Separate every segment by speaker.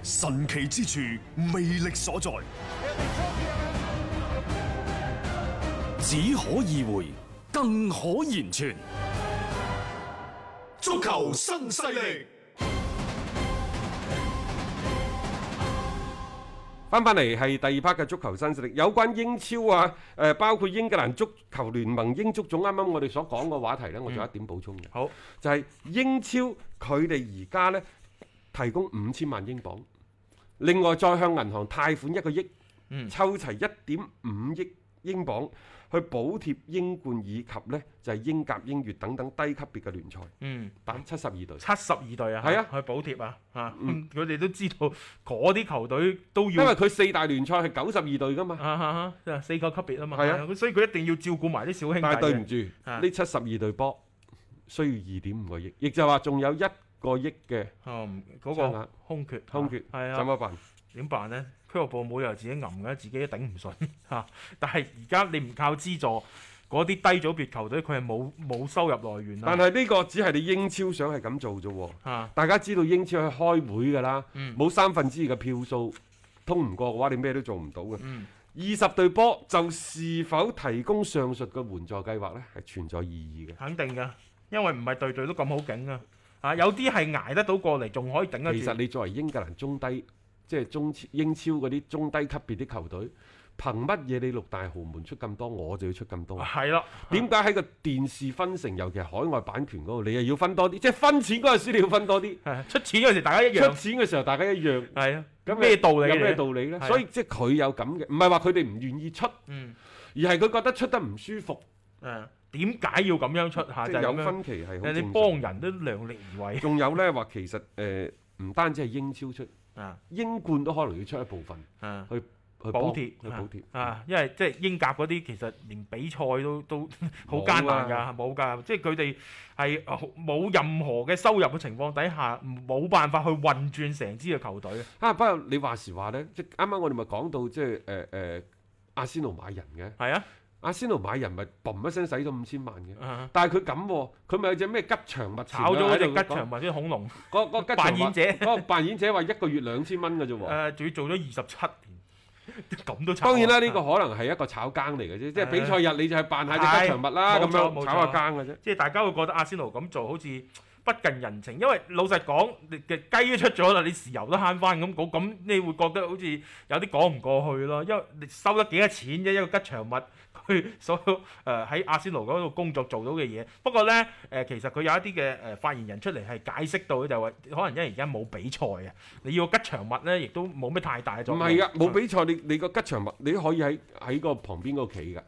Speaker 1: 神奇之處，魅力所在，
Speaker 2: 只可意會，更可言傳。
Speaker 3: 足球新勢力。
Speaker 4: 翻返嚟係第二 part 嘅足球新勢力，有關英超啊，誒、包括英格蘭足球聯盟英足總，啱啱我哋所講嘅話題呢，我仲有一點補充嘅，
Speaker 5: 嗯好
Speaker 4: 就係英超佢哋而家呢提供五千萬英鎊，另外再向銀行貸款一個億，
Speaker 5: 嗯
Speaker 4: 抽齊一點五億英鎊去補貼英冠以及呢就係、英甲、英乙等等低級別嘅聯賽，
Speaker 5: 嗯，
Speaker 4: 打七十二隊。
Speaker 5: 七十二隊啊，
Speaker 4: 係啊嗯
Speaker 5: 去補貼啊，嚇，咁佢哋都知道嗰啲球隊都
Speaker 4: 因
Speaker 5: 要
Speaker 4: 為佢四大聯賽係九十二隊噶嘛，
Speaker 5: 啊啊啊四個級別啊嘛，
Speaker 4: 係啊
Speaker 5: 咁所以佢一定要照顧埋啲小兄弟
Speaker 4: 但係對
Speaker 5: 嘅
Speaker 4: 唔住，
Speaker 5: 啊
Speaker 4: 呢七十二隊波需要二點五個億，亦就係話仲有一個億嘅
Speaker 5: 哦，唔嗰
Speaker 4: 差額
Speaker 5: 個空缺，
Speaker 4: 空缺，
Speaker 5: 係
Speaker 4: 怎
Speaker 5: 啊，
Speaker 4: 麼辦？
Speaker 5: 點辦呢？俱樂部冇理由自己揞嘅，自己都頂唔順 嚇。但係而家你唔靠資助，嗰啲低組別球隊佢係冇冇收入來源
Speaker 4: 但
Speaker 5: 啦。
Speaker 4: 係呢個只係你英超想係咁做啫喎。
Speaker 5: 嚇，
Speaker 4: 大家知道英超係開會㗎啦，
Speaker 5: 嗯
Speaker 4: 冇三分之二嘅票數通唔過嘅話，你咩都做唔到嘅。
Speaker 5: 嗯
Speaker 4: 二十隊波就是否提供上述嘅援助計劃呢，係存在意義嘅。
Speaker 5: 肯定㗎，因為唔係隊隊都咁好勁啊。啊，有啲係捱得到過嚟，仲可以頂得
Speaker 4: 其實
Speaker 5: 住。
Speaker 4: 你作為英格蘭中低，即係中超英超嗰啲中低級別啲球隊，憑乜嘢你六大豪門出咁多，我就要出咁多？
Speaker 5: 係咯，
Speaker 4: 點解喺個電視分成，尤其係海外版權嗰度，你又要分多啲？即係分錢嗰陣時，你要分多啲；
Speaker 5: 係出錢嗰時大家一樣
Speaker 4: 出。錢嘅時候，大家一樣。
Speaker 5: 係啊，咁
Speaker 4: 咁
Speaker 5: 咩道理
Speaker 4: 有
Speaker 5: 嚟
Speaker 4: 咩
Speaker 5: 呢？
Speaker 4: 道理呢
Speaker 5: 係？啊
Speaker 4: 所以即係佢有咁嘅，唔係話佢哋唔願意出，而
Speaker 5: 嗯，
Speaker 4: 係佢覺得出得唔舒服，
Speaker 5: 誒點解要咁樣出下？
Speaker 4: 即
Speaker 5: 就係
Speaker 4: 係有
Speaker 5: 咁樣，
Speaker 4: 分歧係好
Speaker 5: 人
Speaker 4: 正
Speaker 5: 哋
Speaker 4: 常。
Speaker 5: 幫人都量力而為
Speaker 4: 仲有呢，話其實誒唔單止係英超出，
Speaker 5: 啊
Speaker 4: 英冠都可能要出一部分
Speaker 5: 啊！
Speaker 4: 去去幫
Speaker 5: 補貼
Speaker 4: 去補貼。
Speaker 5: 啊，因為即係英甲嗰啲其實連比賽都 都好
Speaker 4: 冇
Speaker 5: 艱難
Speaker 4: 啊
Speaker 5: 㗎，冇㗎，即係佢哋係呃冇任何嘅收入嘅情況底下，冇辦法去運轉成支嘅球隊嘅。
Speaker 4: 啊，不過你話時話呢，即係啱啱我哋咪講到即係誒誒阿仙奴買人嘅，
Speaker 5: 係啊，
Speaker 4: 阿仙奴買人咪嘣一聲使咗五千萬嘅。
Speaker 5: 啊
Speaker 4: 但係佢咁喎，佢咪有隻咩吉祥物前
Speaker 5: 炒咗
Speaker 4: 兩日
Speaker 5: 嗰
Speaker 4: 喺
Speaker 5: 只
Speaker 4: 度
Speaker 5: 吉
Speaker 4: 講
Speaker 5: 祥物啲恐龍，
Speaker 4: 嗰嗰吉祥
Speaker 5: 扮演
Speaker 4: 物
Speaker 5: 者
Speaker 4: 嗰個扮演者話一個月兩千蚊嘅啫喎。
Speaker 5: 誒仲要做咗二十七年， 咁都炒啊。
Speaker 4: 當然啦，呢個可能係一個炒更嚟嘅啫，即係比賽日你就係扮下
Speaker 5: 係
Speaker 4: 啲吉祥物啦，
Speaker 5: 冇
Speaker 4: 咁
Speaker 5: 錯
Speaker 4: 樣
Speaker 5: 冇錯
Speaker 4: 炒下更嘅啫。
Speaker 5: 即係大家會覺得阿啊仙奴咁做好似不近人情，因為老實講，你嘅雞都出咗啦，你豉油都慳翻咁，咁咁你會覺得好似有啲講唔過去咯。因為你收得幾多錢啫，一個吉祥物佢所呃有誒喺、阿仙奴嗰度工作做到嘅嘢。不過呢，誒、其實佢有一啲嘅誒發言人出嚟係解釋到，就話可能因為而家冇比賽啊，你要個吉祥物呢亦都冇咩太大嘅
Speaker 4: 唔
Speaker 5: 作用。
Speaker 4: 係啊，冇比賽你你個吉祥物你都可以喺喺個旁邊嗰度企㗎，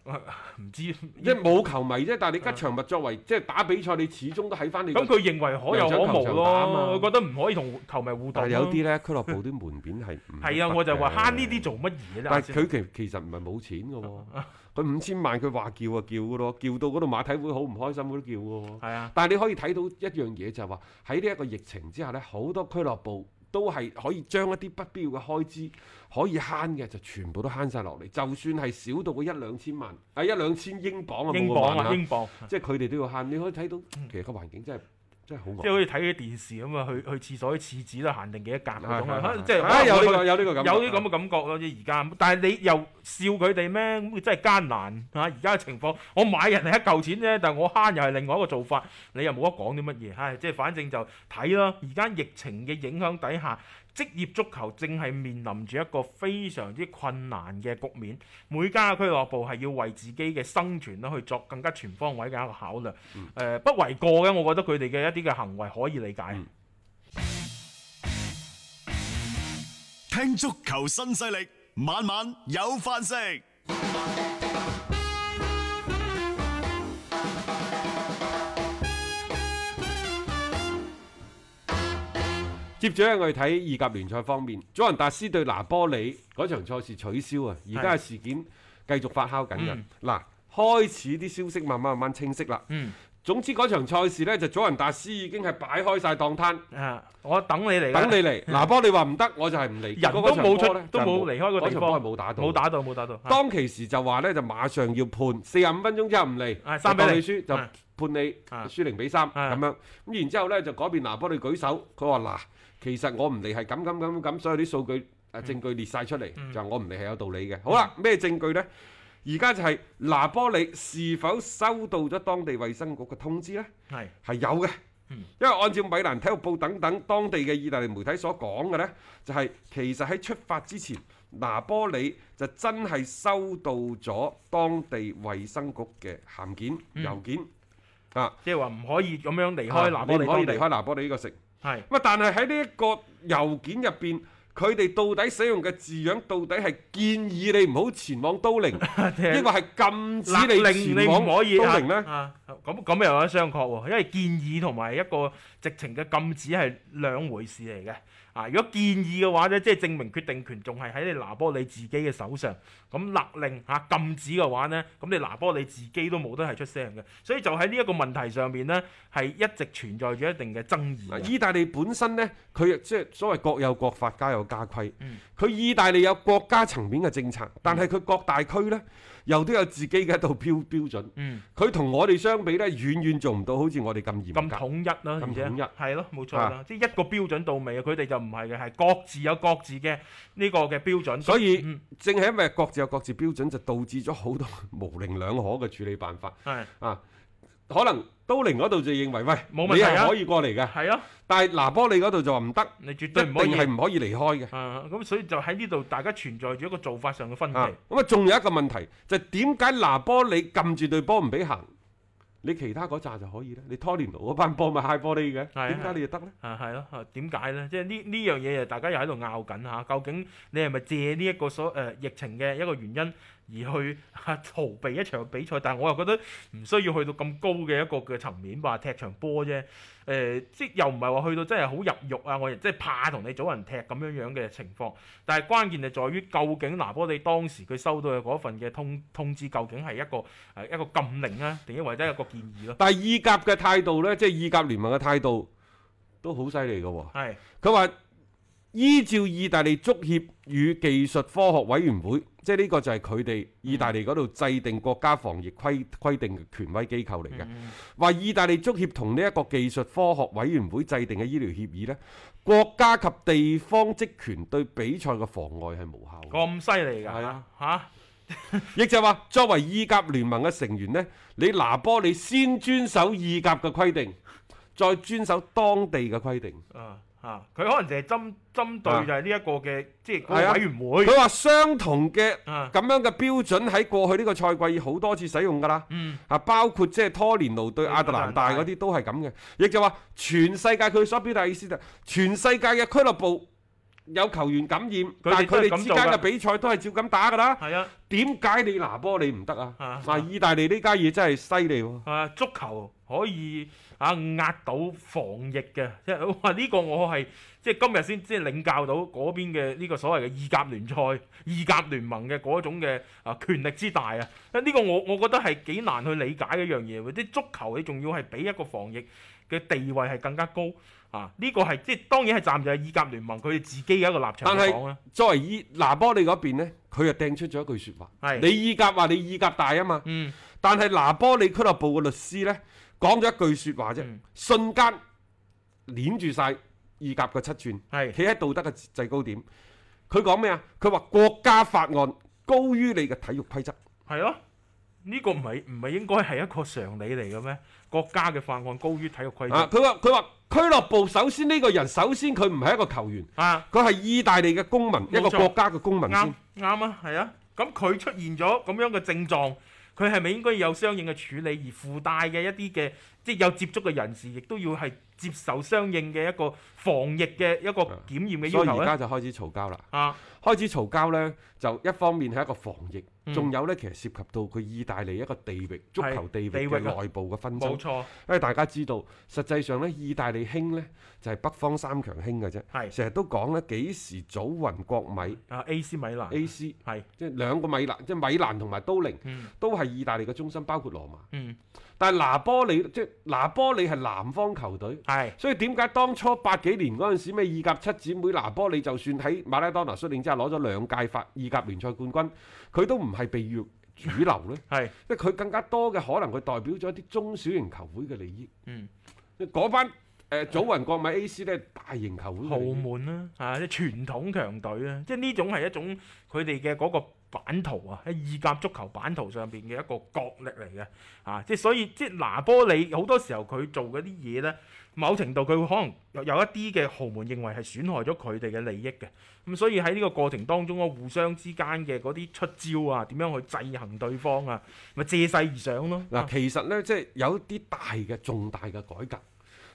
Speaker 5: 唔知
Speaker 4: 即係冇球迷啫。但係你吉祥物作為即係打比賽，你始終都喺翻你個。
Speaker 5: 咁佢認為可有可無
Speaker 4: 兩場球場打啊嘛
Speaker 5: 咯，佢覺得唔可以同球迷互動咯。
Speaker 4: 但係有啲咧俱樂部啲門面嗯係唔
Speaker 5: 係啊，
Speaker 4: 得
Speaker 5: 我就話
Speaker 4: 嘅
Speaker 5: 慳呢啲做乜嘢
Speaker 4: 但
Speaker 5: 啫？
Speaker 4: 係佢其其實唔係冇錢嘅
Speaker 5: 哦
Speaker 4: 喎，佢五千萬佢話叫啊叫嘅咯，叫到嗰度馬體會好唔開心佢都叫嘅喎。
Speaker 5: 係啊，
Speaker 4: 但係你可以睇到一樣嘢就係話喺呢一個疫情之下呢好多俱樂部都係可以將一啲不必要嘅開支可以慳嘅就全部都慳晒落嚟，就算係少到嗰一兩千萬，啊一兩千英鎊啊，
Speaker 5: 嗯英
Speaker 4: 冇咁
Speaker 5: 鎊
Speaker 4: 萬
Speaker 5: 啊，英鎊，
Speaker 4: 即係佢哋都要慳。你可以睇到其實個環境真係真係好
Speaker 5: 即係
Speaker 4: 惡。
Speaker 5: 好似睇啲電視咁啊，去去廁所啲廁紙都限定幾多格嗰種
Speaker 4: 係係
Speaker 5: 啊
Speaker 4: 係，
Speaker 5: 即係
Speaker 4: 啊有呢
Speaker 5: 可能
Speaker 4: 個有呢個感覺
Speaker 5: 有啲咁嘅感覺咯，即係而家。但係你又笑佢哋咩？咁真係艱難嚇。而家嘅情況，我買人係一嚿錢啫，但係我慳又係另外一個做法，你又冇得講啲乜嘢。唉，即係反正就睇啦。而家疫情嘅影響底下，職業足球正係面臨住一個非常之困難嘅局面。每家嘅俱樂部係要為自己嘅生存啦去作更加全方位嘅一個考量。誒、
Speaker 4: 嗯
Speaker 5: 不為過嘅，我覺得佢哋嘅一啲嘅行為可以理解。
Speaker 4: 嗯
Speaker 1: 聽足球新勢力，晚晚有飯食。
Speaker 4: 接住咧，我哋睇意甲聯賽方面，祖雲達斯對拿波里嗰場賽事取消啊！而家嘅事件繼續發酵緊嘅
Speaker 5: 嗯。
Speaker 4: 嗱、開始啲消息慢慢慢慢清晰啦。
Speaker 5: 嗯
Speaker 4: 總之嗰場賽事呢，就祖雲達斯已經係擺開晒檔攤，
Speaker 5: 啊，我等你嚟㗎，
Speaker 4: 等你嚟。拿波你話唔得，我就係唔嚟。
Speaker 5: 人都冇
Speaker 4: 結果嗰場波呢
Speaker 5: 出，都冇離開個地
Speaker 4: 嗰場波
Speaker 5: 方，
Speaker 4: 係冇打到，
Speaker 5: 冇打到，冇打到。啊
Speaker 4: 當其時就話咧，就馬上要判四十五分鐘之後唔嚟，
Speaker 5: 啊三比
Speaker 4: 就當
Speaker 5: 零
Speaker 4: 你輸就
Speaker 5: 啊
Speaker 4: 判你
Speaker 5: 啊
Speaker 4: 輸零比三
Speaker 5: 啊
Speaker 4: 咁樣。咁然之後咧就嗰邊拿波利舉手，佢話嗱，其實我唔嚟係咁咁咁咁，所以啲數據啊證據列晒出嚟，
Speaker 5: 嗯
Speaker 4: 就話我唔嚟係有道理嘅。好啦，咩證據呢？而家就係拿波利是否收到咗當地衛生局嘅通知呢？
Speaker 5: 係
Speaker 4: 係有嘅。因為按照米蘭體育報等等當地嘅意大利媒體所講嘅呢，就係、其實喺出發之前，拿波里就真係收到咗當地衛生局嘅函件、郵件啊，
Speaker 5: 即係話唔可以咁樣離開
Speaker 4: 啊
Speaker 5: 拿
Speaker 4: 你
Speaker 5: 波
Speaker 4: 唔
Speaker 5: 利
Speaker 4: 可以
Speaker 5: 當地
Speaker 4: 離開拿波里呢個城。
Speaker 5: 係
Speaker 4: 咁啊，但係喺呢一個郵件入邊，佢哋到底使用嘅字樣，到底係建議你唔好前往 都靈，抑或係禁止
Speaker 5: 勒
Speaker 4: 你
Speaker 5: 令
Speaker 4: 前
Speaker 5: 你
Speaker 4: 往
Speaker 5: 唔可以
Speaker 4: 都
Speaker 5: 啊
Speaker 4: 靈呢？
Speaker 5: 啊，咁咁又有得商榷喎，因為建議同埋一個直情嘅禁止係兩回事嚟嘅。啊，如果建議嘅話咧，即係證明決定權仲係喺你拿波利自己嘅手上。咁勒令嚇、啊禁止嘅話咧，咁你拿波利自己都冇得係出聲嘅。所以就喺呢一個問題上面咧，係一直存在住一定嘅爭議
Speaker 4: 嗱，
Speaker 5: 嘅。
Speaker 4: 意大利本身呢，佢即係所謂國有國法，家有家規。
Speaker 5: 嗯
Speaker 4: 佢意大利有國家層面嘅政策，但係佢各大區呢，又都有自己嘅一套標標準。
Speaker 5: 嗯，
Speaker 4: 佢同我哋相比呢，遠遠做唔到好似我哋咁嚴
Speaker 5: 咁
Speaker 4: 格。
Speaker 5: 統一啦，而且
Speaker 4: 啊統一啊
Speaker 5: 係咯，冇錯啦，即係一個標準到尾啊！佢哋就唔係嘅，係各自有各自嘅呢個嘅標準。
Speaker 4: 所以
Speaker 5: 嗯
Speaker 4: 正係因為各自有各自標準，就導致咗好多模棱兩可嘅處理辦法。
Speaker 5: 係
Speaker 4: 啊，可能都靈嗰度就認為喂，
Speaker 5: 冇問
Speaker 4: 你
Speaker 5: 題啊
Speaker 4: 係可以過嚟嘅，
Speaker 5: 係啊，
Speaker 4: 但係拿波利嗰度就話唔得，
Speaker 5: 你絕
Speaker 4: 一
Speaker 5: 對唔
Speaker 4: 定
Speaker 5: 可以
Speaker 4: 係唔可以離開嘅。
Speaker 5: 啊，咁所以就喺呢度，大家存在住一個做法上嘅分歧。
Speaker 4: 啊，咁啊，仲有一個問題就係點解拿波里撳住對波唔俾行，你其他嗰扎就可以咧？你拖連奴嗰班波咪 high 波利嘅，
Speaker 5: 係啊
Speaker 4: 點解你就得咧？
Speaker 5: 啊，係咯，啊點解咧？即係呢呢樣嘢，就大家又喺度拗緊嚇，究竟你係咪借呢一個所誒、呃疫情嘅一個原因而去、啊、 逃避一場比賽？但係我又覺得唔需要去到咁高嘅一個嘅層面吧，踢場波啫。誒、呃即係又唔係話去到真係好入肉啊！我亦即係怕同你組人踢咁樣樣嘅情況。但係關鍵就在於究竟拿波利當時佢收到嘅嗰份嘅通通知，究竟係一個誒、呃一個禁令啊，定抑或者一個建議咯？
Speaker 4: 但係意甲嘅態度咧，即係意甲聯盟嘅態度都好犀利嘅喎。
Speaker 5: 係
Speaker 4: 佢話依照意大利足協與技術科學委員會，即係呢個就係佢哋意大利嗰度制定國家防疫規規定嘅權威機構嚟嘅。話意大利足協同呢一個技術科學委員會制定嘅醫療協議呢，國家及地方職權對比賽嘅妨礙係無效嘅。
Speaker 5: 咁犀利㗎
Speaker 4: 哦係
Speaker 5: 嚇
Speaker 4: 啊
Speaker 5: 嚇！
Speaker 4: 亦就係話，作為意甲聯盟嘅成員呢，你拿波你先遵守意甲嘅規定，再遵守當地嘅規定。
Speaker 5: 啊啊！佢可能就係針針對就係呢一個嘅，即係嗰
Speaker 4: 啊係
Speaker 5: 個
Speaker 4: 啊
Speaker 5: 委員會。
Speaker 4: 佢話相同嘅
Speaker 5: 啊
Speaker 4: 咁樣嘅標準喺過去呢個賽季好多次使用㗎啦。
Speaker 5: 嗯，
Speaker 4: 啊，包括即係拖連奴對亞特蘭大嗰啲都係咁嘅，亦就話全世界佢所表達意思就係全世界嘅俱樂部有球員感染，但係佢哋之間嘅比賽都係照咁打㗎啦。
Speaker 5: 係啊，
Speaker 4: 點解你拿波你唔得啊？
Speaker 5: 啊
Speaker 4: 啊，意大利呢家嘢真係犀利喎！
Speaker 5: 啊足球可以啊壓到防疫嘅，即係 哇呢個我係即係今日先即係領教到嗰邊嘅呢個所謂嘅意甲聯賽、意甲聯盟嘅嗰種嘅啊權力之大啊！呢個我我覺得係幾難去理解嘅一樣嘢喎，即係足球你仲要係比一個防疫嘅地位係更加高啊！呢個係即係當然係站在意甲聯盟佢哋自己嘅一個立場
Speaker 4: 但
Speaker 5: 嚟講啦啊
Speaker 4: 係。作為意拿波利嗰邊呢，佢就掟出咗一句説話：
Speaker 5: 係
Speaker 4: 你意甲話你意甲大啊嘛，
Speaker 5: 嗯。
Speaker 4: 但係拿波利俱樂部嘅律師呢，講咗一句説話啫
Speaker 5: 嗯，
Speaker 4: 瞬間攆住晒意甲嘅七寸。
Speaker 5: 係
Speaker 4: 企喺道德嘅制高點。佢講咩啊？佢話國家法案高於你嘅體育規則。
Speaker 5: 係咯，呢、個唔係唔係應該係一個常理嚟嘅咩？國家嘅法案高於體育規
Speaker 4: 啊！
Speaker 5: 則
Speaker 4: 佢話佢話俱樂部首先呢個人首先佢唔係一個球員，
Speaker 5: 啊，
Speaker 4: 佢係意大利嘅公民，
Speaker 5: 錯
Speaker 4: 一個國家嘅公民
Speaker 5: 啱
Speaker 4: 先。
Speaker 5: 啱啊，係啊。咁佢出現咗咁樣嘅症狀，佢係咪應該有相應嘅處理，而附帶嘅一啲嘅即即係有接觸嘅人士，亦都要係接受相應嘅一個防疫嘅一個檢驗嘅
Speaker 4: 啊所
Speaker 5: 要求
Speaker 4: 以
Speaker 5: 啊
Speaker 4: 而
Speaker 5: 咧。
Speaker 4: 家就開始嘈交啦。
Speaker 5: 啊，
Speaker 4: 開始嘈交呢，就一方面係一個防疫，
Speaker 5: 嗯
Speaker 4: 仲、有呢，其實涉及到佢意大利一個地域足球地域
Speaker 5: 地域
Speaker 4: 嘅
Speaker 5: 啊
Speaker 4: 內部嘅紛爭
Speaker 5: 冇。錯，
Speaker 4: 因為大家知道，實際上呢，意大利興呢就係、北方三強興嘅啫。
Speaker 5: 係
Speaker 4: 成日都講呢，幾時祖雲國米
Speaker 5: 啊 AC 米蘭
Speaker 4: AC，
Speaker 5: 係
Speaker 4: 即係兩個米蘭，即係米蘭同埋都靈
Speaker 5: 嗯
Speaker 4: 都係意大利嘅中心，包括羅馬。
Speaker 5: 嗯
Speaker 4: 但係拿波里即係拿波里係南方球隊。
Speaker 5: 係
Speaker 4: 所以點解當初八幾年嗰陣時咩意甲七姊妹拿波里就算喺馬拉當拿率領之下攞咗兩屆法意甲聯賽冠軍，佢都唔係被譽主流呢？
Speaker 5: 係
Speaker 4: 即係佢更加多嘅可能佢代表咗一啲中小型球會嘅利益。
Speaker 5: 嗯，
Speaker 4: 嗰班誒、呃祖雲國米 A.C. 咧大型球會嘅
Speaker 5: 豪
Speaker 4: 利益
Speaker 5: 門啦，啊即係傳統強隊啦，即係呢種係一種佢哋嘅嗰個版圖啊，喺意甲足球版圖上邊嘅一個角力嚟嘅，啊即係所以即係拿波里好多時候佢做嗰啲嘢咧，某程度佢會可能有有一啲嘅豪門認為係損害咗佢哋嘅利益嘅，咁所以喺呢個過程當中啊，互相之間嘅嗰啲出招啊，點樣去制衡對方啊，咪借勢而上咯。啊
Speaker 4: 嗱，其實呢，即係有一啲大嘅重大嘅改革、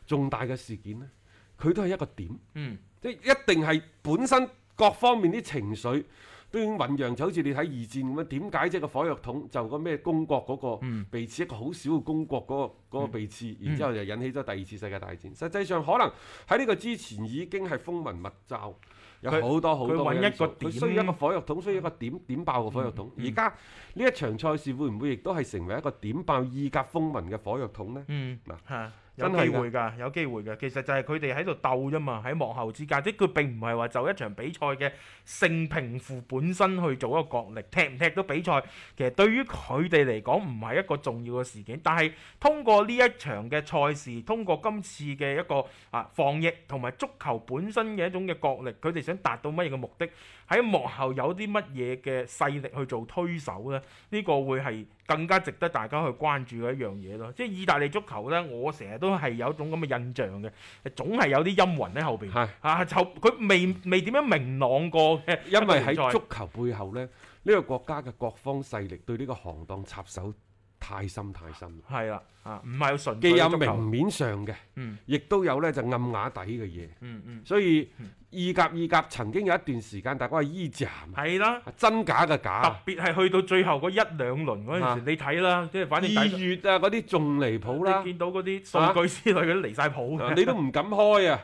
Speaker 4: 重大嘅事件呢，佢都係一個點，
Speaker 5: 嗯，
Speaker 4: 即係一定係本身各方面啲情緒都已經醖釀，就好似你睇二戰咁樣，點解即係個火藥桶就個咩公國嗰個
Speaker 5: 嗯
Speaker 4: 被刺，一個好少嘅公國嗰、個嗰、個被刺，然之後就引起咗第二次世界大戰。實際上可能喺呢個之前已經係風雲密罩。有
Speaker 5: 佢
Speaker 4: 好多好多
Speaker 5: 佢揾
Speaker 4: 嘅
Speaker 5: 一
Speaker 4: 因素
Speaker 5: 個點嗯
Speaker 4: 佢需要一個火藥桶，需要一個點點爆個火藥桶。而家呢一場賽事會唔會亦都係成為一個點爆意甲風雲嘅火藥桶呢？
Speaker 5: 嗯，
Speaker 4: 嗱
Speaker 5: 嚇有
Speaker 4: 真
Speaker 5: 機
Speaker 4: 係㗎
Speaker 5: 會㗎，有機會㗎。其實就係佢哋喺度鬥啫嘛，喺幕後之間，即係佢並唔係話就一場比賽嘅勝平負本身去做一個角力，踢唔踢到比賽，其實對於佢哋嚟講唔係一個重要嘅事件。但係通過呢一場嘅賽事，通過今次嘅一個啊防疫同埋足球本身嘅一種嘅角力，佢哋想達到乜嘢嘅目的？喺幕後有啲乜嘢嘅勢力去做推手呢？呢、個會係更加值得大家去關注嘅一樣嘢咯。即係意大利足球呢，我成日都係有一種咁嘅印象嘅，總係有啲陰雲喺後邊。
Speaker 4: 係
Speaker 5: 啊，就佢未未點樣明朗過嘅一
Speaker 4: 因
Speaker 5: 個
Speaker 4: 為
Speaker 5: 聯賽，
Speaker 4: 喺足球背後呢，呢個國家嘅各方勢力對呢個行當插手太深太深啦，
Speaker 5: 係啦，啊，唔係純
Speaker 4: 既
Speaker 5: 粹
Speaker 4: 有
Speaker 5: 足
Speaker 4: 明
Speaker 5: 球。
Speaker 4: 面上嘅
Speaker 5: 嗯，
Speaker 4: 亦都有呢就暗啞底嘅嘢。
Speaker 5: 嗯嗯，
Speaker 4: 所以意甲意甲曾經有一段時間，大家係依站
Speaker 5: 係啦。
Speaker 4: 真假嘅
Speaker 5: 特
Speaker 4: 假，
Speaker 5: 別係去到最後嗰一兩輪嗰陣時，你睇啦，即係反
Speaker 4: 二
Speaker 5: 正大家
Speaker 4: 月啊嗰啲仲離譜啦
Speaker 5: 你，見到嗰啲數據之類嗰啲離晒譜
Speaker 4: 啊
Speaker 5: 嘅。
Speaker 4: 你都唔敢開 啊！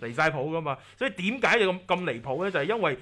Speaker 5: 離晒譜噶嘛。所以點解就咁咁離譜咧？就係、因為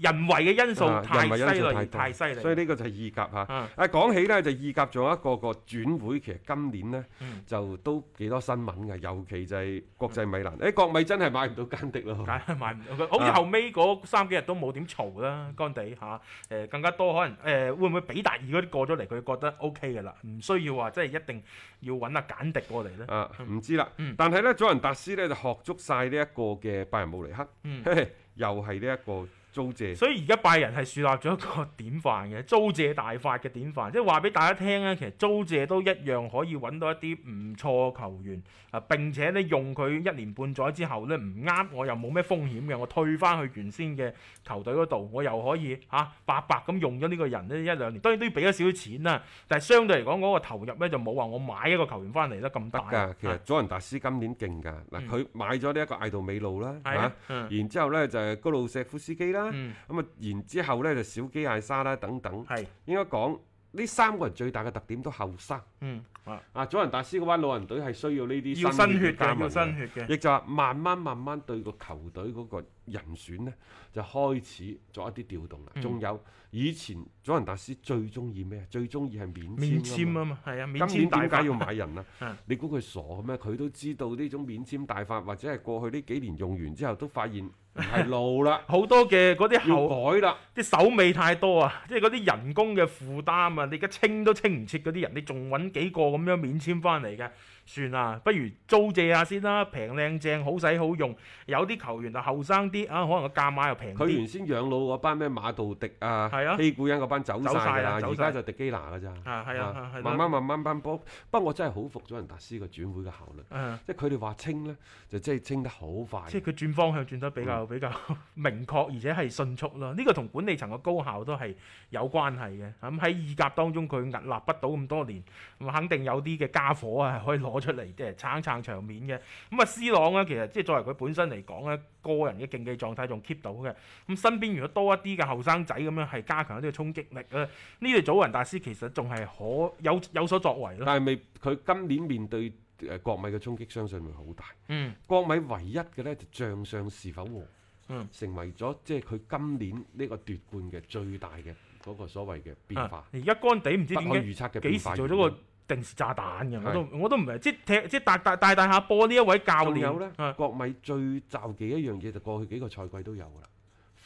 Speaker 5: 人為嘅因素
Speaker 4: 啊
Speaker 5: 太
Speaker 4: 人為因
Speaker 5: 犀
Speaker 4: 素
Speaker 5: 利，
Speaker 4: 多
Speaker 5: 太犀利。
Speaker 4: 所以呢個就係意甲嚇。
Speaker 5: 啊
Speaker 4: 啊，講起呢，就意甲仲有一個個轉會，其實今年呢，
Speaker 5: 嗯
Speaker 4: 就都幾多新聞嘅，尤其就係國際米蘭。誒、國米真係買唔到間迪咯。
Speaker 5: 梗係買唔
Speaker 4: 啊
Speaker 5: 到佢，好似後尾嗰三幾日都冇點嘈啦，乾地嚇，誒、更加多可能誒、會唔會比達爾嗰啲過咗嚟，佢覺得 O K 嘅啦，唔需要話即係一定要揾阿簡迪過嚟咧。
Speaker 4: 啊，唔知啦。
Speaker 5: 嗯
Speaker 4: 但係呢，祖雲達斯呢，就學足晒呢一個嘅拜仁慕尼黑，
Speaker 5: 嗯
Speaker 4: 又係呢一個租借。
Speaker 5: 所以而家拜仁係樹立咗一個典範嘅租借大法嘅典範，即係話俾大家聽啊咧，其實租借都一樣可以揾到一啲唔錯嘅球員啊，並且咧用佢一年半載之後咧唔啱，我又冇咩風險嘅，我退翻去原先嘅球隊嗰度，我又可以嚇、啊白白咁用咗呢個人呢一兩年，當然都要俾咗少少錢啦，但係相對嚟講嗰個投入咧就冇話我買一個球員翻嚟得咁
Speaker 4: 得
Speaker 5: 大啊
Speaker 4: 㗎，其實祖雲達斯今年勁㗎。嗱，
Speaker 5: 嗯
Speaker 4: 佢買咗呢一個艾杜美路啦，
Speaker 5: 係
Speaker 4: 嚇
Speaker 5: 啊，嗯
Speaker 4: 然之後呢，就係高路石夫斯基啦，
Speaker 5: 嗯
Speaker 4: 咁啊，然之後呢，就小基艾沙啦等等。
Speaker 5: 係
Speaker 4: 應該講呢三個人最大嘅特點都後生。
Speaker 5: 嗯啊
Speaker 4: 啊，祖雲達斯嗰班老人隊係需要呢啲
Speaker 5: 要新血
Speaker 4: 加
Speaker 5: 嘅，
Speaker 4: 盟
Speaker 5: 要新血嘅。
Speaker 4: 亦就話慢慢慢慢對個球隊嗰個人選呢，就開始作一啲調動啦。
Speaker 5: 嗯
Speaker 4: 仲、有以前祖雲達斯最中意咩？啊最中意係免
Speaker 5: 免
Speaker 4: 簽
Speaker 5: 簽
Speaker 4: 啊
Speaker 5: 啊
Speaker 4: 嘛。
Speaker 5: 嘛，係啊，免
Speaker 4: 今
Speaker 5: 簽
Speaker 4: 年
Speaker 5: 大
Speaker 4: 點
Speaker 5: 法
Speaker 4: 解要買人啊
Speaker 5: 嗯？，
Speaker 4: 你估佢傻嘅咩？佢都知道呢種免簽大法，或者係過去呢幾年用完之後都發現唔係路啦
Speaker 5: 好多嘅嗰啲
Speaker 4: 要
Speaker 5: 後
Speaker 4: 改啦。
Speaker 5: 啲手尾太多啊，即係嗰啲人工嘅負擔啊，你而家清都清唔切嗰啲人，你仲揾幾個咁樣免簽翻嚟嘅，算啦，不如租借下先啦，平靚正，好使好用。有啲球員就後生啲啊，可能個價碼又平
Speaker 4: 佢原
Speaker 5: 啲，
Speaker 4: 先養老嗰班咩馬道迪啊、
Speaker 5: 係啊
Speaker 4: 希古恩嗰班走晒
Speaker 5: 走晒
Speaker 4: 㗎
Speaker 5: 啦
Speaker 4: 啦，
Speaker 5: 走
Speaker 4: 而
Speaker 5: 晒
Speaker 4: 家就迪基拿㗎咋。
Speaker 5: 啊係啊係啦
Speaker 4: 慢慢慢慢班波。不過我真係好服咗人達斯個轉會嘅效率，
Speaker 5: 嗯，
Speaker 4: 即係佢哋話清呢，就即係嗯清得好快。
Speaker 5: 即係佢轉方向轉得比較比較 明確，而且係迅速咯。呢個同管理層嘅高效都係有關係嘅。咁喺意甲當中，佢屹立不倒咁多年，咁肯定有啲嘅家伙啊，係可以攞攞出嚟即係撐撐場面嘅。咁啊，C 朗咧其實即係作為佢本身嚟講咧，個人嘅競技狀態仲 keep 到嘅。咁身邊如果多一啲嘅後生仔咁樣係加強一啲嘅衝擊力咧，呢隊祖雲大師其實仲係可有有所作為咯。
Speaker 4: 但係未佢今年面對誒國米嘅衝擊，相信會好大。
Speaker 5: 嗯，
Speaker 4: 國米唯一嘅呢，就將相是否和，
Speaker 5: 嗯
Speaker 4: 成為咗即係佢今年呢個奪冠嘅最大嘅嗰個所謂嘅變化
Speaker 5: 啊，而家乾地唔知
Speaker 4: 不可
Speaker 5: 點解
Speaker 4: 預測嘅
Speaker 5: 幾
Speaker 4: 變
Speaker 5: 時
Speaker 4: 化。
Speaker 5: 做咗個定時炸彈嘅，我都
Speaker 4: 係
Speaker 5: 我都唔係，即係踢即係大大大大下波呢一位教
Speaker 4: 仲
Speaker 5: 練
Speaker 4: 有呢，
Speaker 5: 啊
Speaker 4: 國米最罩忌一樣嘢就過去幾個賽季都有㗎啦，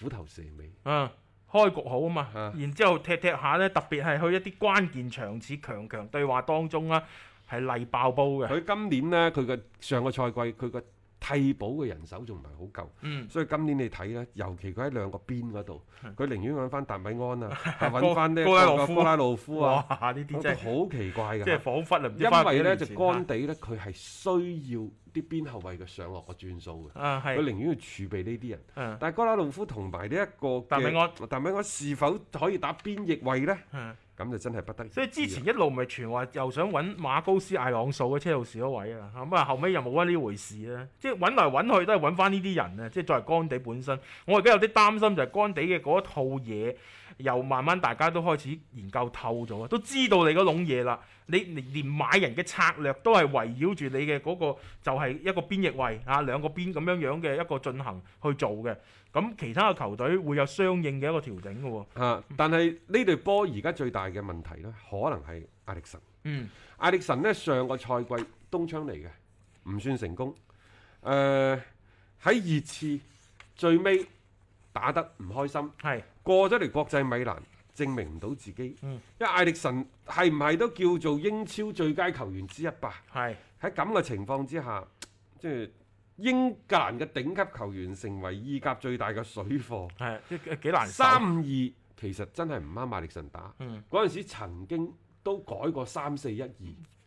Speaker 4: 虎頭蛇尾。
Speaker 5: 啊，開局好啊嘛，
Speaker 4: 啊
Speaker 5: 然之後踢踢下咧，特別係去一啲關鍵場次強強對話當中啦，係嚟爆煲嘅。
Speaker 4: 佢今年呢，佢嘅上個賽季佢個替補嘅人手仲唔係好夠。
Speaker 5: 嗯，
Speaker 4: 所以今年你睇咧，尤其佢喺兩個邊嗰度，佢寧願揾翻達米 安啊，啊
Speaker 5: 高
Speaker 4: 揾翻呢
Speaker 5: 高拉
Speaker 4: 個
Speaker 5: 洛夫
Speaker 4: 高拉路夫
Speaker 5: 哇
Speaker 4: 啊，！
Speaker 5: 呢啲真
Speaker 4: 我覺
Speaker 5: 係
Speaker 4: 得好奇怪
Speaker 5: 即係
Speaker 4: 嘅。
Speaker 5: 彷彿唔知
Speaker 4: 因
Speaker 5: 翻
Speaker 4: 為咧
Speaker 5: 咧
Speaker 4: 就乾地咧，佢係需要啲邊後衞嘅上落個轉數嘅，
Speaker 5: 啊
Speaker 4: 佢
Speaker 5: 係
Speaker 4: 寧願要儲備呢啲人。
Speaker 5: 嗯
Speaker 4: 但係高拉路夫同埋呢一個嘅
Speaker 5: 達米安，
Speaker 4: 達米安是否可以打邊翼位咧？
Speaker 5: 嗯
Speaker 4: 咁就真係不得而知
Speaker 5: 所
Speaker 4: 啦。
Speaker 5: 以之前一路咪傳話又想揾馬高斯艾朗素嘅車路士嗰位啊，咁啊後尾又冇乜呢回事啦。即係揾嚟揾去都係揾翻呢啲人啊，即係作為乾地本身，我而家有啲擔心就係乾地嘅嗰一套嘢，又慢慢大家都開始研究透咗，都知道你嗰籠嘢啦。你連連買人嘅策略都係圍繞住你嘅嗰個就係一個邊翼位啊，兩個邊咁樣樣嘅一個進行去做嘅。咁其他嘅球隊會有相應嘅一個調整嘅喎。
Speaker 4: 啊，但係呢隊波而家最大嘅問題咧，可能係艾力神。
Speaker 5: 嗯，
Speaker 4: 艾力神呢，上個賽季東窗嚟嘅，唔算成功。誒、呃喺熱刺最尾打得唔開心，
Speaker 5: 係
Speaker 4: 過咗嚟國際米蘭，證明唔到自己。
Speaker 5: 嗯
Speaker 4: 因為艾力神係唔係都叫做英超最佳球員之一吧？
Speaker 5: 係
Speaker 4: 喺咁嘅情況之下，即係英格蘭嘅頂級球員成為意甲最大嘅水貨。
Speaker 5: 係，即係幾難受。啊
Speaker 4: 三五二其實真係唔啱艾力神打。
Speaker 5: 嗯
Speaker 4: 嗰陣時曾經都改過三四一二。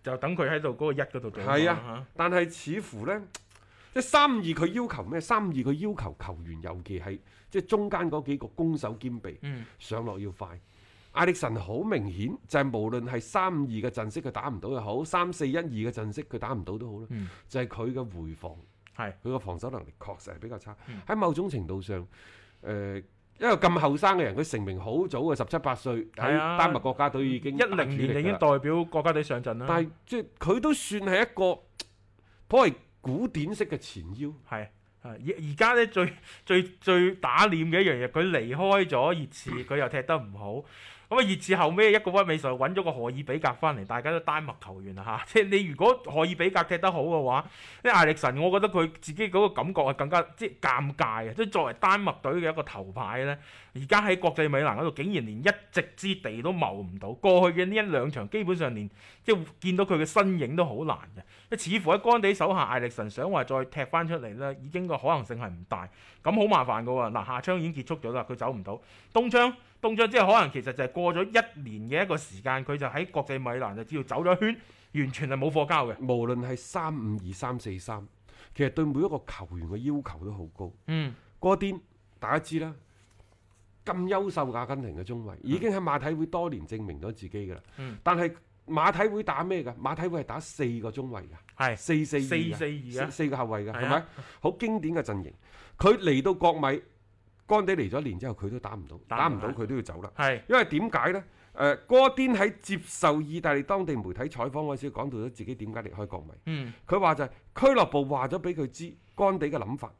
Speaker 5: 就等佢喺度嗰個一嗰度做嘛。
Speaker 4: 係啊，但係似乎呢，即係三二佢要求咩？三二佢要求球員，尤其係即係中間嗰幾個攻守兼備，
Speaker 5: 嗯
Speaker 4: 上落要快。艾力神好明顯就係無論係三二嘅陣式佢打唔到又好，三四一二嘅陣式佢打唔到都好啦，
Speaker 5: 嗯
Speaker 4: 就係佢嘅回防，
Speaker 5: 係
Speaker 4: 佢嘅防守能力確實係比較差。
Speaker 5: 嗯
Speaker 4: 喺、某種程度上，誒、呃一個咁後生嘅人，佢成名好早嘅十七八歲喺
Speaker 5: 係啊
Speaker 4: 丹麥國家隊已經
Speaker 5: 一零年就已經
Speaker 4: 打主力㗎啦
Speaker 5: 代表國家隊上陣啦。
Speaker 4: 但係即係佢都算係一個嗯頗為古典式嘅前腰，
Speaker 5: 係係而而家咧最最最打臉嘅一樣嘢，佢離開咗熱刺，佢又踢得唔好。咁啊，熱刺後尾一個屈美術揾咗個荷爾比格翻嚟，大家都丹麥球員啦啊嚇。即係你如果荷爾比格踢得好嘅話，呢艾力神，我覺得佢自己嗰個感覺係更加即係尷尬嘅。即係作為丹麥隊嘅一個頭牌咧，而家喺國際米蘭嗰度，竟然連一席之地都謀唔到。過去嘅呢一兩場，基本上連即係見到佢嘅身影都好難嘅。似乎喺乾地手下，艾力神想話再踢翻出嚟呢，已經個可能性係唔大。咁好麻煩噶喎。嗱，夏窗已經結束咗啦，佢走唔到。東窗，東窗即係可能其實就係過咗一年嘅一個時間，佢就喺國際米蘭就只要走咗一圈，完全係冇貨交嘅。
Speaker 4: 無論係三五二、三四三，其實對每一個球員嘅要求都好高。
Speaker 5: 嗯，
Speaker 4: 戈甸大家知啦，咁優秀嘅阿根廷嘅中衞，已經喺馬體會多年證明咗自己㗎啦。
Speaker 5: 嗯
Speaker 4: 但係馬體會打咩㗎？馬體會係打四個中衞㗎。
Speaker 5: 係
Speaker 4: 四四
Speaker 5: 四
Speaker 4: 二啊
Speaker 5: 四二啊
Speaker 4: 四四個後衞
Speaker 5: 係
Speaker 4: 㗎，
Speaker 5: 啊
Speaker 4: 係咪？好經典嘅陣型。佢嚟到國米，乾地嚟咗一年之後，佢都打唔到，
Speaker 5: 打
Speaker 4: 打
Speaker 5: 唔
Speaker 4: 唔
Speaker 5: 到
Speaker 4: 到佢都要走啦。
Speaker 5: 係
Speaker 4: 因為點解呢？誒、戈甸喺接受意大利當地媒體採訪嗰時，講到咗自己點解離開國米。
Speaker 5: 嗯
Speaker 4: 佢話就係俱樂部話咗俾佢知乾地嘅諗法，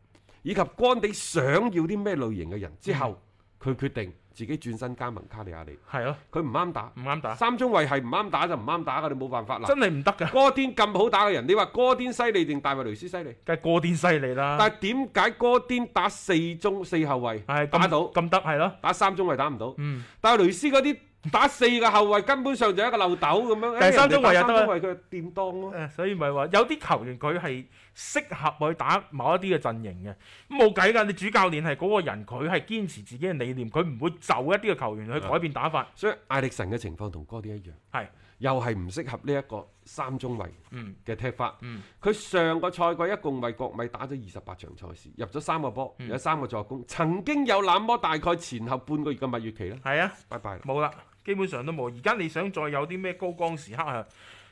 Speaker 4: 以及乾地想要啲咩類型嘅人之
Speaker 5: 嗯
Speaker 4: 後，佢、決定自己轉身加盟卡利亞里。
Speaker 5: 係咯，
Speaker 4: 佢唔啱打，
Speaker 5: 唔啱打，
Speaker 4: 三中衞係唔啱打就唔啱打㗎，你冇辦法啦。
Speaker 5: 真係唔得㗎。
Speaker 4: 戈甸咁好打嘅人，你話戈甸犀利定大衛雷斯犀利？
Speaker 5: 梗係過電犀利啦。
Speaker 4: 但係點解戈甸打四中四後
Speaker 5: 係
Speaker 4: 衞
Speaker 5: 咁
Speaker 4: 打到，
Speaker 5: 咁得係咯。
Speaker 4: 打三中衞打唔到？
Speaker 5: 嗯，
Speaker 4: 但係雷斯嗰啲打四個後衞根本上就係一個漏斗咁樣。哎
Speaker 5: 第三中衞又得啊
Speaker 4: 因為佢掂當啊咯。
Speaker 5: 誒，所以咪話有啲球員佢係適合去打某一啲嘅陣型嘅，咁冇計㗎。你主教練係嗰個人，佢係堅持自己嘅理念，佢唔會就一啲嘅球員
Speaker 4: 啊
Speaker 5: 去改變打法。
Speaker 4: 所以艾力神嘅情況同哥啲一樣，
Speaker 5: 係
Speaker 4: 又係唔適合呢一個三中衞
Speaker 5: 嗯
Speaker 4: 嘅踢法。佢、
Speaker 5: 嗯
Speaker 4: 上個賽季一共為國米打咗二十八場賽事，入咗三個波，
Speaker 5: 嗯
Speaker 4: 有三個助攻，曾經有那麼大概前後半個月嘅蜜月期啦，
Speaker 5: 係啊，
Speaker 4: 拜拜啦。
Speaker 5: 冇啦，基本上都冇。而家你想再有啲咩高光時刻啊？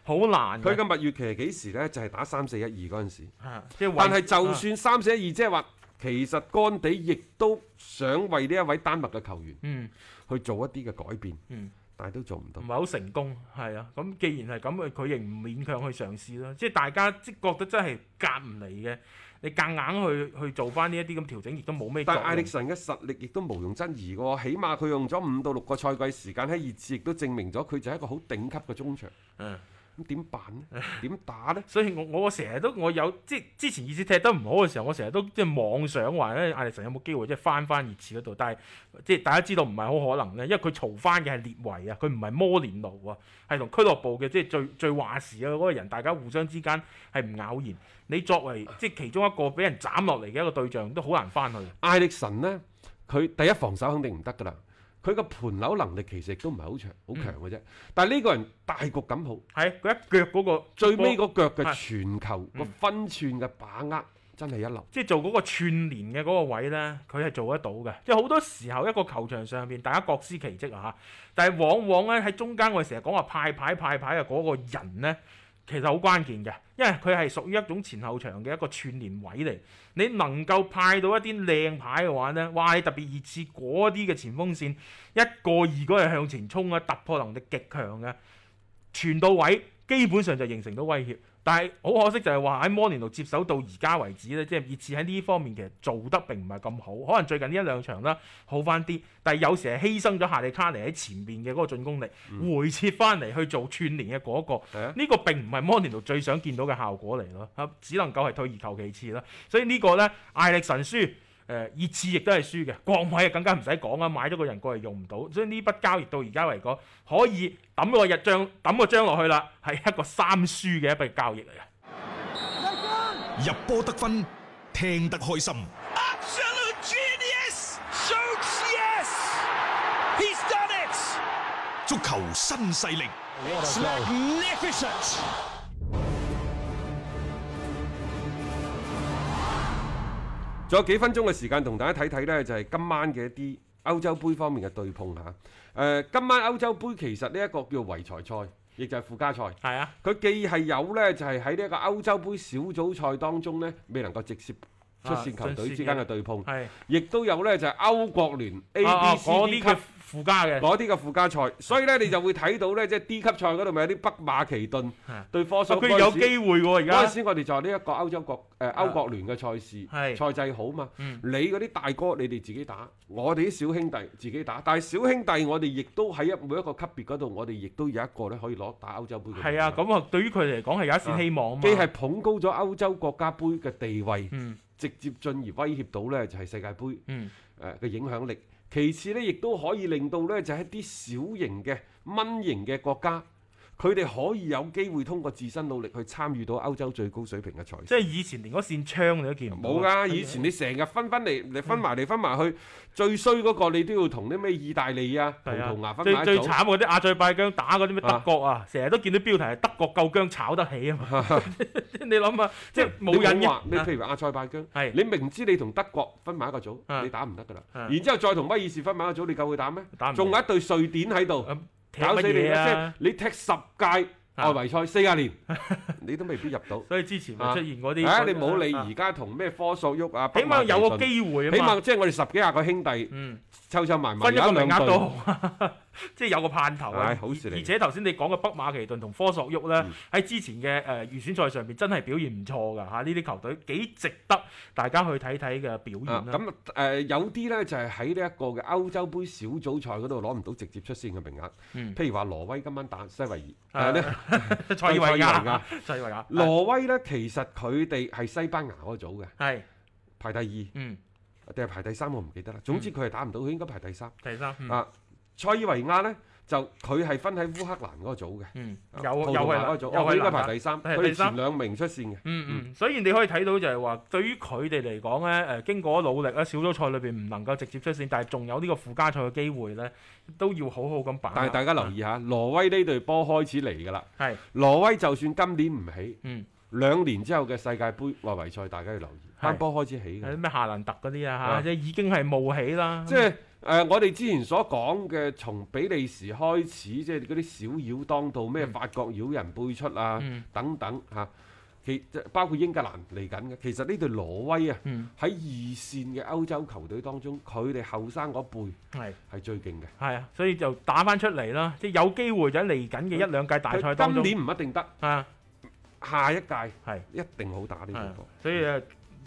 Speaker 5: 好難嘅。
Speaker 4: 佢嘅蜜月期係幾時呢？就係、打三四一二嗰陣時。
Speaker 5: 啊即係
Speaker 4: 但係
Speaker 5: 為
Speaker 4: 就
Speaker 5: 啊
Speaker 4: 算三四一二，即係話其實干地亦都想為呢一位丹麥嘅球員
Speaker 5: 嗯
Speaker 4: 去做一啲嘅改變，
Speaker 5: 嗯
Speaker 4: 但係都做唔到
Speaker 5: 唔。係好成功，係啊。咁既然係咁，佢亦唔勉強去嘗試啦。即係大家即覺得真係夾唔嚟嘅，你夾硬去去做翻呢一啲咁調整，亦都冇咩作
Speaker 4: 但係艾力
Speaker 5: 用。
Speaker 4: 神嘅實力亦都毋庸爭議嘅喎，起碼佢用咗五到六個賽季時間喺熱刺，亦都證明咗佢就係一個好頂級嘅中場。
Speaker 5: 嗯
Speaker 4: 咁點辦呢？ 點打呢？
Speaker 5: 所以我我成日都我有即係之前熱刺踢得唔好嘅時候，我成日都即係妄想話咧，哎艾力神有冇機會即係翻翻熱刺嗰度？但係即係大家知道唔係好可能咧，因為佢嘈翻嘅係列維啊，佢唔係摩連奴啊，係同俱樂部嘅即係最最話事嘅嗰個人，大家互相之間係唔咬然。你作為即係其中一個俾人斬落嚟嘅一個對象，都好難翻去。
Speaker 4: 艾力神呢，佢第一防守肯定唔得㗎啦。佢個盤扭能力其實亦都唔係好強，好強嘅啫。
Speaker 5: 嗯
Speaker 4: 但係呢個人大局感好，
Speaker 5: 係佢一腳嗰、個
Speaker 4: 最尾嗰腳嘅
Speaker 5: 係嗯
Speaker 4: 傳球個分寸嘅把握真係一流。
Speaker 5: 即係做嗰個串連嘅嗰個位呢，佢係做得到嘅。即係好多時候一個球場上面，大家各司其職啊嚇。但係往往呢，喺中間，我哋成日講話派牌派牌嘅嗰個人呢，其實好關鍵嘅，因為佢係屬於一種前後場嘅一個串連位嚟。你能夠派到一啲靚牌嘅話呢，哇！你特別熱刺嗰啲嘅前鋒線，一個二個係向前衝啊，突破能力極強嘅，傳到位基本上就形成到威脅。但係好可惜就係話喺摩連奴接手到而家為止咧，即係熱刺喺呢方面其實做得並唔係咁好，可能最近呢一兩場啦好翻啲，但係有時係犧牲咗夏利卡尼喺前面嘅嗰個進攻力，回撤翻嚟去做串連嘅嗰、個，
Speaker 4: 嗯係啊
Speaker 5: 呢、個並唔係摩連奴最想見到嘅效果嚟咯，啊只能夠係退而求其次啦。所以呢個呢，艾力神輸。誒、熱刺亦都係輸嘅，國米啊更加唔使講啦，買咗個人過嚟用唔到，所以呢筆交易到而家嚟講，可以抌個日將抌個將落去啦，係一個三輸嘅一筆交易嚟嘅。
Speaker 3: 入波得分，聽得開心。足球新勢力
Speaker 4: 仲有幾分鐘嘅時間同大家睇睇呢，就係、今晚嘅一啲歐洲杯方面嘅對碰嚇。誒、今晚歐洲杯其實呢一個叫圍才賽，亦就係附加賽。
Speaker 5: 係啊，
Speaker 4: 佢既係有呢，就係喺呢一個歐洲杯小組賽當中呢，未能夠直接出線
Speaker 5: 啊
Speaker 4: 球隊之間嘅對碰，
Speaker 5: 係
Speaker 4: 亦都有呢，就係歐國聯 A、
Speaker 5: 啊啊
Speaker 4: B、C
Speaker 5: 嗰啲
Speaker 4: D 級
Speaker 5: 嘅附加嘅，
Speaker 4: 嗰啲嘅附加賽，所以呢，你就會睇到呢，即係 D 級賽嗰度咪有啲北馬其頓
Speaker 5: 啊
Speaker 4: 對科索
Speaker 5: 佢
Speaker 4: 嗰陣
Speaker 5: 有
Speaker 4: 時
Speaker 5: 機會喎而
Speaker 4: 嗰陣
Speaker 5: 家。
Speaker 4: 時我哋就係呢一個歐洲國誒、歐國聯嘅賽事
Speaker 5: 啊係
Speaker 4: 賽制好嘛，
Speaker 5: 嗯
Speaker 4: 你嗰啲大哥你哋自己打，我哋啲小兄弟自己打，但係小兄弟我哋亦都喺一每一個級別嗰度，我哋亦都有一個咧可以攞打歐洲杯嘅名額。
Speaker 5: 係啊，咁啊，對於佢嚟講係有一線希望啊嘛。
Speaker 4: 既係捧高咗歐洲國家杯嘅地位，
Speaker 5: 嗯
Speaker 4: 直接進而威脅到呢就係世界盃
Speaker 5: 嗯
Speaker 4: 誒嘅影響力。其次呢，亦都可以令到呢就係一啲小型嘅蚊型嘅國家，佢哋可以有機會通過自身努力去參與到歐洲最高水平嘅賽事。
Speaker 5: 即係以前連嗰扇窗你都見唔到。
Speaker 4: 冇㗎，以前你成日分分嚟嚟分埋嚟分埋去，最衰嗰個你都要同啲咩意大利啊、葡
Speaker 5: 係啊
Speaker 4: 萄牙分
Speaker 5: 最
Speaker 4: 埋一
Speaker 5: 最
Speaker 4: 組。
Speaker 5: 慘嗰啲亞塞拜疆打嗰啲咩德國啊，成日都見到標題係德國夠姜炒得起啊 嘛！你諗下，即係冇人
Speaker 4: 你好話你
Speaker 5: 嘅。啊
Speaker 4: 譬如阿塞拜疆，
Speaker 5: 係
Speaker 4: 你明知你同德國分埋一個
Speaker 5: 啊
Speaker 4: 組，你打唔得㗎啦。
Speaker 5: 啊
Speaker 4: 然之後再同威爾士分埋一個組，你夠佢打咩
Speaker 5: 打唔？到
Speaker 4: 仲有一隊瑞典喺度，
Speaker 5: 咁踢
Speaker 4: 搞
Speaker 5: 乜
Speaker 4: 死你
Speaker 5: 嘢
Speaker 4: 啦！即係
Speaker 5: 啊？
Speaker 4: 你踢十屆外
Speaker 5: 啊
Speaker 4: 圍賽 四十年，你都未必入到。
Speaker 5: 所以之前咪
Speaker 4: 啊
Speaker 5: 出現嗰啲。
Speaker 4: 啊！你冇理
Speaker 5: 啊
Speaker 4: 而，家同咩科索沃啊，
Speaker 5: 起
Speaker 4: 北馬
Speaker 5: 碼
Speaker 4: 其
Speaker 5: 有個
Speaker 4: 頓
Speaker 5: 機會啊
Speaker 4: 起
Speaker 5: 嘛。
Speaker 4: 碼即係我哋十幾廿個兄弟
Speaker 5: 嗯，
Speaker 4: 湊湊埋埋
Speaker 5: 分一
Speaker 4: 有
Speaker 5: 個
Speaker 4: 一
Speaker 5: 名額
Speaker 4: 兩隊
Speaker 5: 都好， 即係有個盼頭啊！
Speaker 4: 唉好事嚟嗯
Speaker 5: 而而且頭先你講嘅北馬其頓同科索沃咧，喺之前嘅誒預選賽上面真係表現唔錯㗎嚇，呢啲球隊幾值得大家去睇睇嘅表現
Speaker 4: 啊，
Speaker 5: 啦。
Speaker 4: 咁誒、呃有啲呢就係喺呢一個嘅歐洲杯小組賽嗰度攞唔到直接出線嘅名額，
Speaker 5: 嗯
Speaker 4: 譬如話挪威今晚打西維爾，
Speaker 5: 啊
Speaker 4: 誒呢
Speaker 5: 塞爾維
Speaker 4: 塞爾維
Speaker 5: 亞
Speaker 4: 亞，
Speaker 5: 塞爾維亞，
Speaker 4: 挪威呢其實佢哋係西班牙嗰組嘅，
Speaker 5: 係
Speaker 4: 排第二
Speaker 5: 嗯。
Speaker 4: 定係排第三我唔記得啦。總之佢係打唔到，佢應該排第三。
Speaker 5: 第三，嗯
Speaker 4: 啊，塞爾維亞呢，就佢係分喺烏克蘭嗰個組嘅，
Speaker 5: 嗯，
Speaker 4: 啊
Speaker 5: 有
Speaker 4: 葡
Speaker 5: 又
Speaker 4: 萄
Speaker 5: 係
Speaker 4: 牙
Speaker 5: 啦
Speaker 4: 嗰個
Speaker 5: 又
Speaker 4: 組，哦佢
Speaker 5: 係
Speaker 4: 應該
Speaker 5: 啦
Speaker 4: 排第三，
Speaker 5: 係
Speaker 4: 佢哋
Speaker 5: 第三
Speaker 4: 前兩名出線嘅。
Speaker 5: 嗯嗯，所以你可以睇到就係話，對於佢哋嚟講咧，誒經過努力咧，小組賽裏邊唔能夠直接出線，但係仲有呢個附加賽嘅機會咧，都要好好咁把握。
Speaker 4: 但係大家留意
Speaker 5: 啊
Speaker 4: 下，挪威呢隊波開始嚟㗎啦。
Speaker 5: 係，
Speaker 4: 挪威就算今年唔起，
Speaker 5: 嗯，
Speaker 4: 兩年之後嘅世界盃外圍賽，大家要留意，
Speaker 5: 係
Speaker 4: 班波開始起
Speaker 5: 係
Speaker 4: 嘅，
Speaker 5: 咩夏蘭特嗰啲啊
Speaker 4: 啊
Speaker 5: 嚇，即係已經係冒起啦。
Speaker 4: 即係我哋之前所講嘅從比利時開始，即係嗰啲小妖當道，咩法國妖人輩出啊，
Speaker 5: 嗯
Speaker 4: 等等嚇、其即係包括英格蘭嚟緊嘅，其實呢隊挪威啊，喺、
Speaker 5: 嗯
Speaker 4: 二線嘅歐洲球隊當中，佢哋後生嗰輩
Speaker 5: 係
Speaker 4: 係最勁嘅。
Speaker 5: 係啊，所以就打翻出嚟啦，即係有機會就喺嚟緊嘅一兩屆大賽當
Speaker 4: 佢今
Speaker 5: 中
Speaker 4: 年唔一定得，
Speaker 5: 啊，
Speaker 4: 下一屆
Speaker 5: 係。
Speaker 4: 一定好打呢隊波。
Speaker 5: 所以誒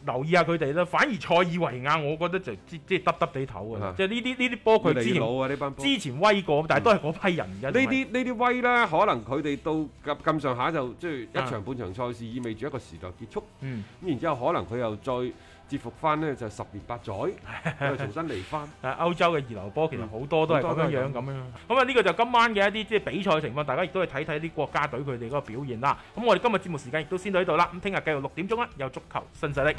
Speaker 5: 留意下佢哋啦。反而塞爾維亞，我覺得就即即係耷耷地頭㗎啦
Speaker 4: 啊。
Speaker 5: 即係呢啲呢啲波佢之
Speaker 4: 佢
Speaker 5: 前
Speaker 4: 老啊呢班波。
Speaker 5: 之前威過，但係都係嗰批人嘅。
Speaker 4: 呢啲呢啲威呢，可能佢哋到咁咁上下就即係一場半場賽事，意味住一個時代結束。
Speaker 5: 嗯
Speaker 4: 咁然之後，可能佢又再折服翻呢，就十年八載，又重新嚟翻。
Speaker 5: 誒啊歐洲嘅二流波其實好多都係
Speaker 4: 嗯好
Speaker 5: 咁
Speaker 4: 多都
Speaker 5: 樣
Speaker 4: 係
Speaker 5: 樣
Speaker 4: 咁
Speaker 5: 咁樣。咁啊呢個就今晚嘅一啲即係比賽情況，大家亦都係睇睇啲國家隊佢哋嗰個表現啦。咁我哋今日節目時間亦都先到呢度啦。咁聽日繼續六點鐘啦，有足球新勢力。